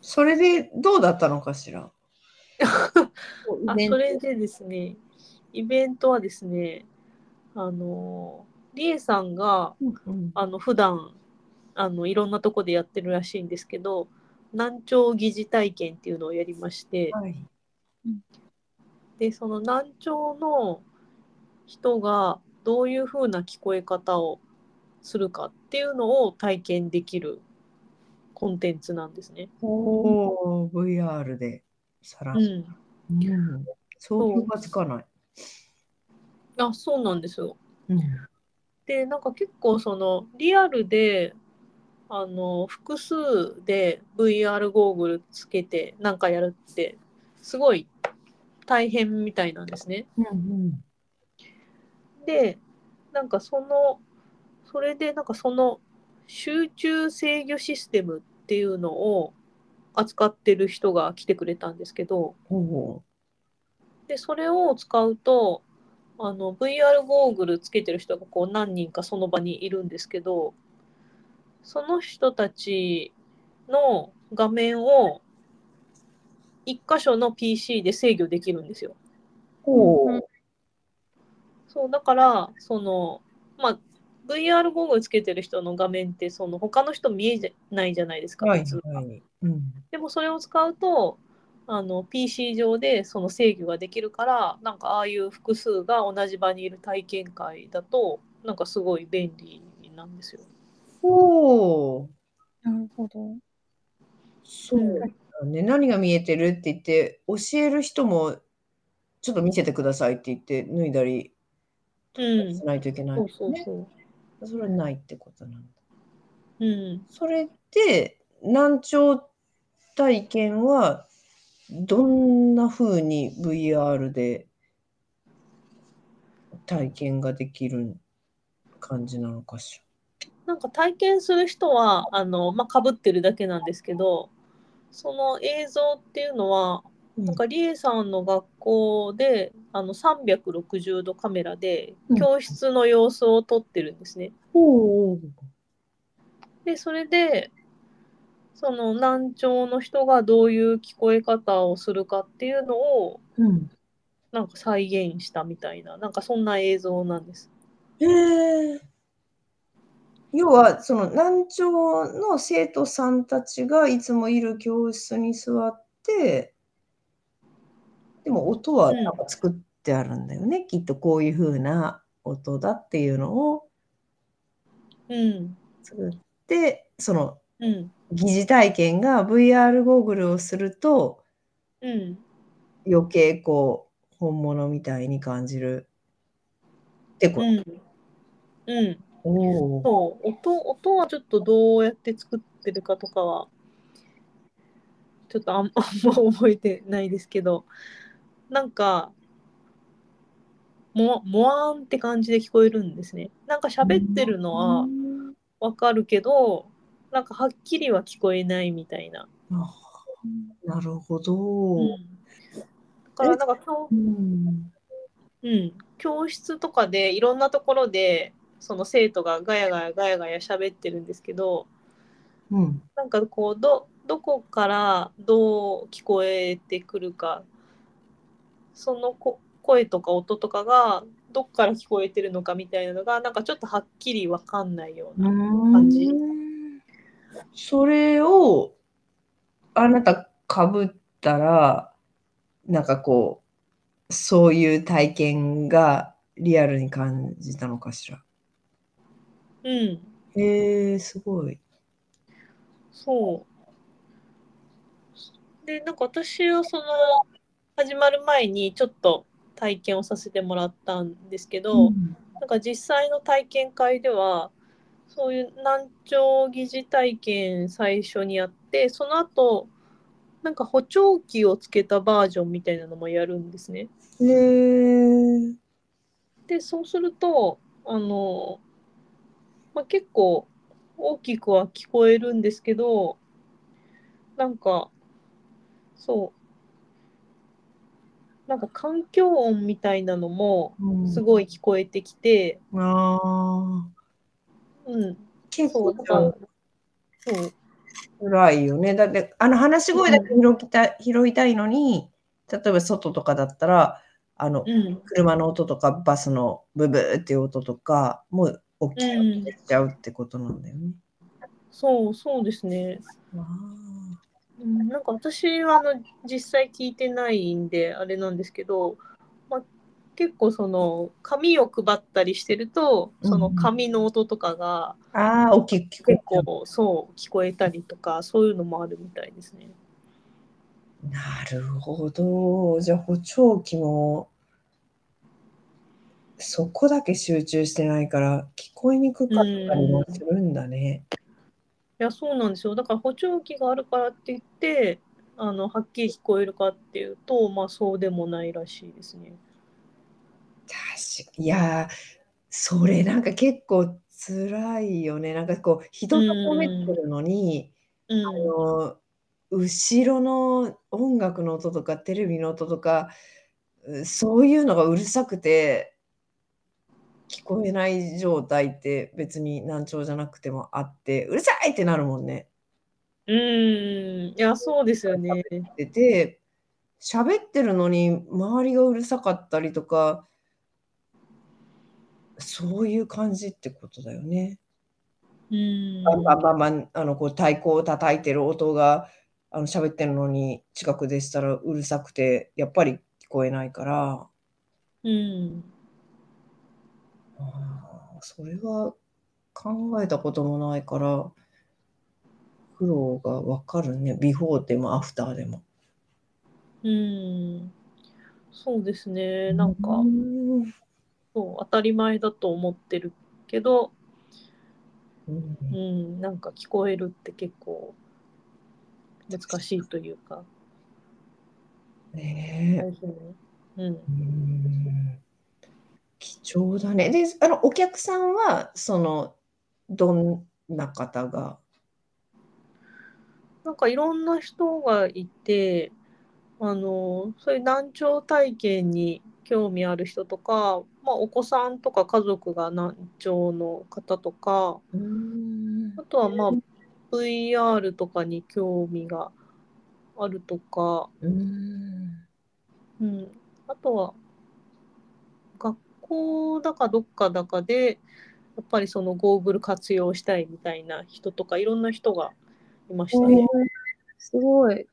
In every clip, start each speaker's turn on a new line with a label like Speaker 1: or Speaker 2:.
Speaker 1: それでどうだったのかしら。
Speaker 2: あそれでですねイベントはですねあのりえさんが
Speaker 1: うん
Speaker 2: あの普段あのいろんなとこでやってるらしいんですけど難聴疑似体験っていうのをやりまして
Speaker 1: はい
Speaker 2: でその難聴の人がどういう風な聞こえ方をするかっていうのを体験できるコンテンツなんですね。
Speaker 1: おー VR でさら
Speaker 2: う
Speaker 1: に、
Speaker 2: ん、
Speaker 1: うん、想像がつかない。
Speaker 2: あそうなんですよ。
Speaker 1: うん
Speaker 2: でなんか結構そのリアルであの複数で VR ゴーグルつけてなんかやるってすごい大変みたいなんですね。
Speaker 1: うん
Speaker 2: でなんかそのそれでなんかその集中制御システムっていうのを扱ってる人が来てくれたんですけど
Speaker 1: お
Speaker 2: でそれを使うとあの VR ゴーグルつけてる人がこう何人かその場にいるんですけどその人たちの画面を一箇所の PC で制御できるんですよ。
Speaker 1: お
Speaker 3: うん
Speaker 2: そうだからそのまあ VR ゴーグルつけてる人の画面ってその他の人見えじゃないじゃないですか、
Speaker 1: はい
Speaker 2: 普通は
Speaker 1: はい。うん
Speaker 2: でもそれを使うとあの PC 上でその制御ができるからなんかああいう複数が同じ場にいる体験会だとなんかすごい便利なんですよ。
Speaker 1: おお。
Speaker 3: なるほど。
Speaker 1: そうだね、何が見えてるって言って教える人もちょっと見せてくださいって言って脱いだり
Speaker 2: うん、
Speaker 1: し
Speaker 2: そ
Speaker 1: ないといけない、
Speaker 2: うそう
Speaker 1: ね。
Speaker 2: そう。
Speaker 1: それないってことなんだ。
Speaker 2: うん、
Speaker 1: それで難聴体験はどんな風に VR で体験ができる感じなのかし
Speaker 2: なんか体験する人はあの、まあ、かぶってるだけなんですけどその映像っていうのは
Speaker 1: ら。
Speaker 2: なんかリエさんの学校であの360度カメラで
Speaker 1: うん
Speaker 2: 教室の様子を撮ってるんですね。
Speaker 1: おう
Speaker 2: でそれでその難聴の人がどういう聞こえ方をするかっていうのを
Speaker 1: うん。
Speaker 2: なんか再現したみたいななんかそんな映像なんです。
Speaker 1: へえ。要はその難聴の生徒さんたちがいつもいる教室に座ってでも音はなんか作ってあるんだよね、きっとこういう風な音だっていうのを
Speaker 2: うん
Speaker 1: 作ってその
Speaker 2: うん
Speaker 1: 疑似体験が VR ゴーグルをすると
Speaker 2: うん
Speaker 1: 余計こう本物みたいに感じるってこ
Speaker 2: うんうん
Speaker 1: と。おー
Speaker 2: そう音音はちょっとどうやって作ってるかとかはちょっとあん あんま覚えてないですけどなんかももわーんって感じで聞こえるんですねなんか喋ってるのはわかるけどなんかはっきりは聞こえないみたいな、
Speaker 1: あなるほど。
Speaker 2: うん、だからなんか教,、
Speaker 1: うん
Speaker 2: うん、教室とかでいろんなところでその生徒がガヤガヤガヤガヤ喋ってるんですけど
Speaker 1: うん
Speaker 2: なんかこうどどこからどう聞こえてくるかそのこ声とか音とかがどっから聞こえてるのかみたいなのがなんかちょっとはっきりわかんないような。
Speaker 1: 感
Speaker 2: じ
Speaker 1: それをあなたかぶったらなんかこうそういう体験がリアルに感じたのかしら。
Speaker 2: うん、
Speaker 1: へえすごい。
Speaker 2: そう。でなんか私はその始まる前にちょっと体験をさせてもらったんですけど、なんか実際の体験会ではそういう難聴疑似体験最初にやってその後なんか補聴器をつけたバージョンみたいなのもやるんですね。
Speaker 1: へえ。
Speaker 2: でそうするとあの、まあ、結構大きくは聞こえるんですけどなんかそうなんか環境音みたいなのもす
Speaker 1: い。
Speaker 2: ごい聞こえてきて、
Speaker 1: ああ。
Speaker 2: うん、
Speaker 1: 結
Speaker 2: そう
Speaker 1: 構
Speaker 2: だからそう
Speaker 1: 辛いよね。だって、あの、話し声だけ拾いたい拾いたいのに、例えば外とかだったら、あの、
Speaker 2: うん、
Speaker 1: 車の音とか、バスのブブーっていう音とか、もう大きくなっちゃうってことなんだよね。
Speaker 2: そうそうですね。
Speaker 1: わ
Speaker 2: うん、なんか私はあの実際聞いてないんであれなんですけど、まあ、結構その紙を配ったりしてると
Speaker 1: うん
Speaker 2: その紙の音とかが
Speaker 1: ああー、大きく聞
Speaker 2: 結
Speaker 1: こ
Speaker 2: 構そう聞こえたりとかそういうのもあるみたいですね。
Speaker 1: えなるほど。じゃあ補聴器も、そこだけ集中してないから、聞こえにくかったりもするんだね。
Speaker 2: いやそうなんですよだから補聴器があるからって言ってあのはっきり聞こえるかっていうと、まあ、そうでもないらしいですね。
Speaker 1: 確かいやーそれなんか結構辛いよねなんかこう人が褒めてるのに、
Speaker 2: うん、
Speaker 1: あの後ろの音楽の音とかテレビの音とかうそういうのがうるさくて聞こえない状態って別に難聴じゃなくてもあってうるさいってなるもんね。
Speaker 2: うん、いやそうですよね。
Speaker 1: ってて喋ってるのに周りがうるさかったりとかそういう感じってことだよね。
Speaker 2: うん
Speaker 1: バンバンバンバンあのこう太鼓を叩いてる音があの喋ってるのに近くでしたらうるさくてやっぱり聞こえないから
Speaker 2: うん
Speaker 1: あーそれは考えたこともないから苦労がわかるねビフォーでもアフターでも。
Speaker 2: うん、そうですね、なんか、
Speaker 1: うん
Speaker 2: そう当たり前だと思ってるけど、
Speaker 1: うん
Speaker 2: うん、なんか聞こえるって結構難しいというか、
Speaker 1: ねえ
Speaker 2: 大変うん、
Speaker 1: うん貴重だね。で、あのお客さんはそのどんな方が、
Speaker 2: なんかいろんな人がいて、あのそういう難聴体験に興味ある人とか、まあ、お子さんとか家族が難聴の方とか、あとはまあ VR とかに興味があるとか、
Speaker 1: うん
Speaker 2: うん、あとは学校だかどっかだかでやっぱりそのゴーグル活用したいみたいな人とかいろんな人がいましたね。
Speaker 3: すごい。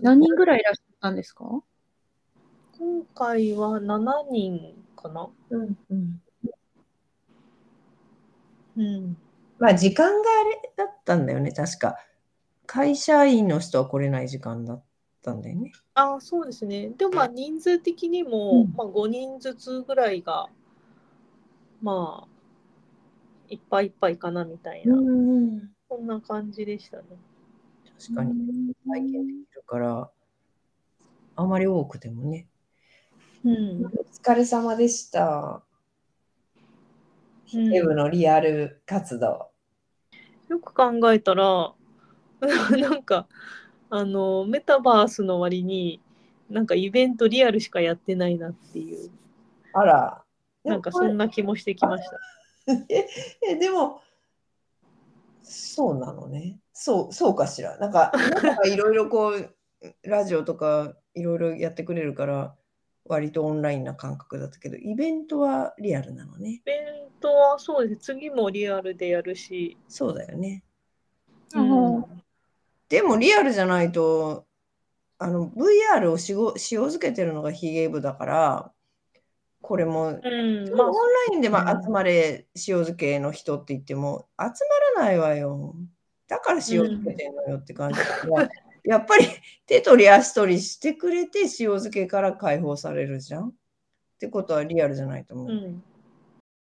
Speaker 3: 何人ぐらいいらっしゃったんですか
Speaker 2: 今回は7人かな。
Speaker 1: うんうん
Speaker 2: うん、
Speaker 1: まあ時間があれだったんだよね、確か。会社員の人は来れない時間だったんだよね。
Speaker 2: あそうですね。でもまあ人数的にも、
Speaker 1: うん
Speaker 2: まあ、5人ずつぐらいがまあいっぱいいっぱいかなみたいな、
Speaker 1: ん、
Speaker 2: そんな感じでしたね。
Speaker 1: 確かに体験できるから、あまり多くてもね。
Speaker 2: うん
Speaker 1: お疲れ様でした。
Speaker 2: うん
Speaker 1: ウェブのリアル活動。
Speaker 2: よく考えたら なんかあのメタバースの割になんかイベントリアルしかやってないなっていう
Speaker 1: あら。
Speaker 2: なんかそんな気もしてきました。
Speaker 1: ええでもそうなのねそうそうかしらなんかなんかいろいろこうラジオとかいろいろやってくれるから割とオンラインな感覚だったけどイベントはリアルなのね
Speaker 2: イベントはそうです次もリアルでやるし、
Speaker 1: そうだよね
Speaker 3: うん
Speaker 1: でもリアルじゃないとあの VR をしご塩漬けてるのがヒゲ部だからこれも
Speaker 2: うん
Speaker 1: オン
Speaker 2: ま
Speaker 1: ラ
Speaker 2: あ
Speaker 1: インでま
Speaker 2: う
Speaker 1: あ
Speaker 2: ん
Speaker 1: 集まれ塩漬けの人って言っても集まらないわよ。だから塩漬けてんのよって感じだから、やっぱり手取り足取りしてくれて塩漬けから解放されるじゃんってことはリアルじゃないと思う。
Speaker 2: うん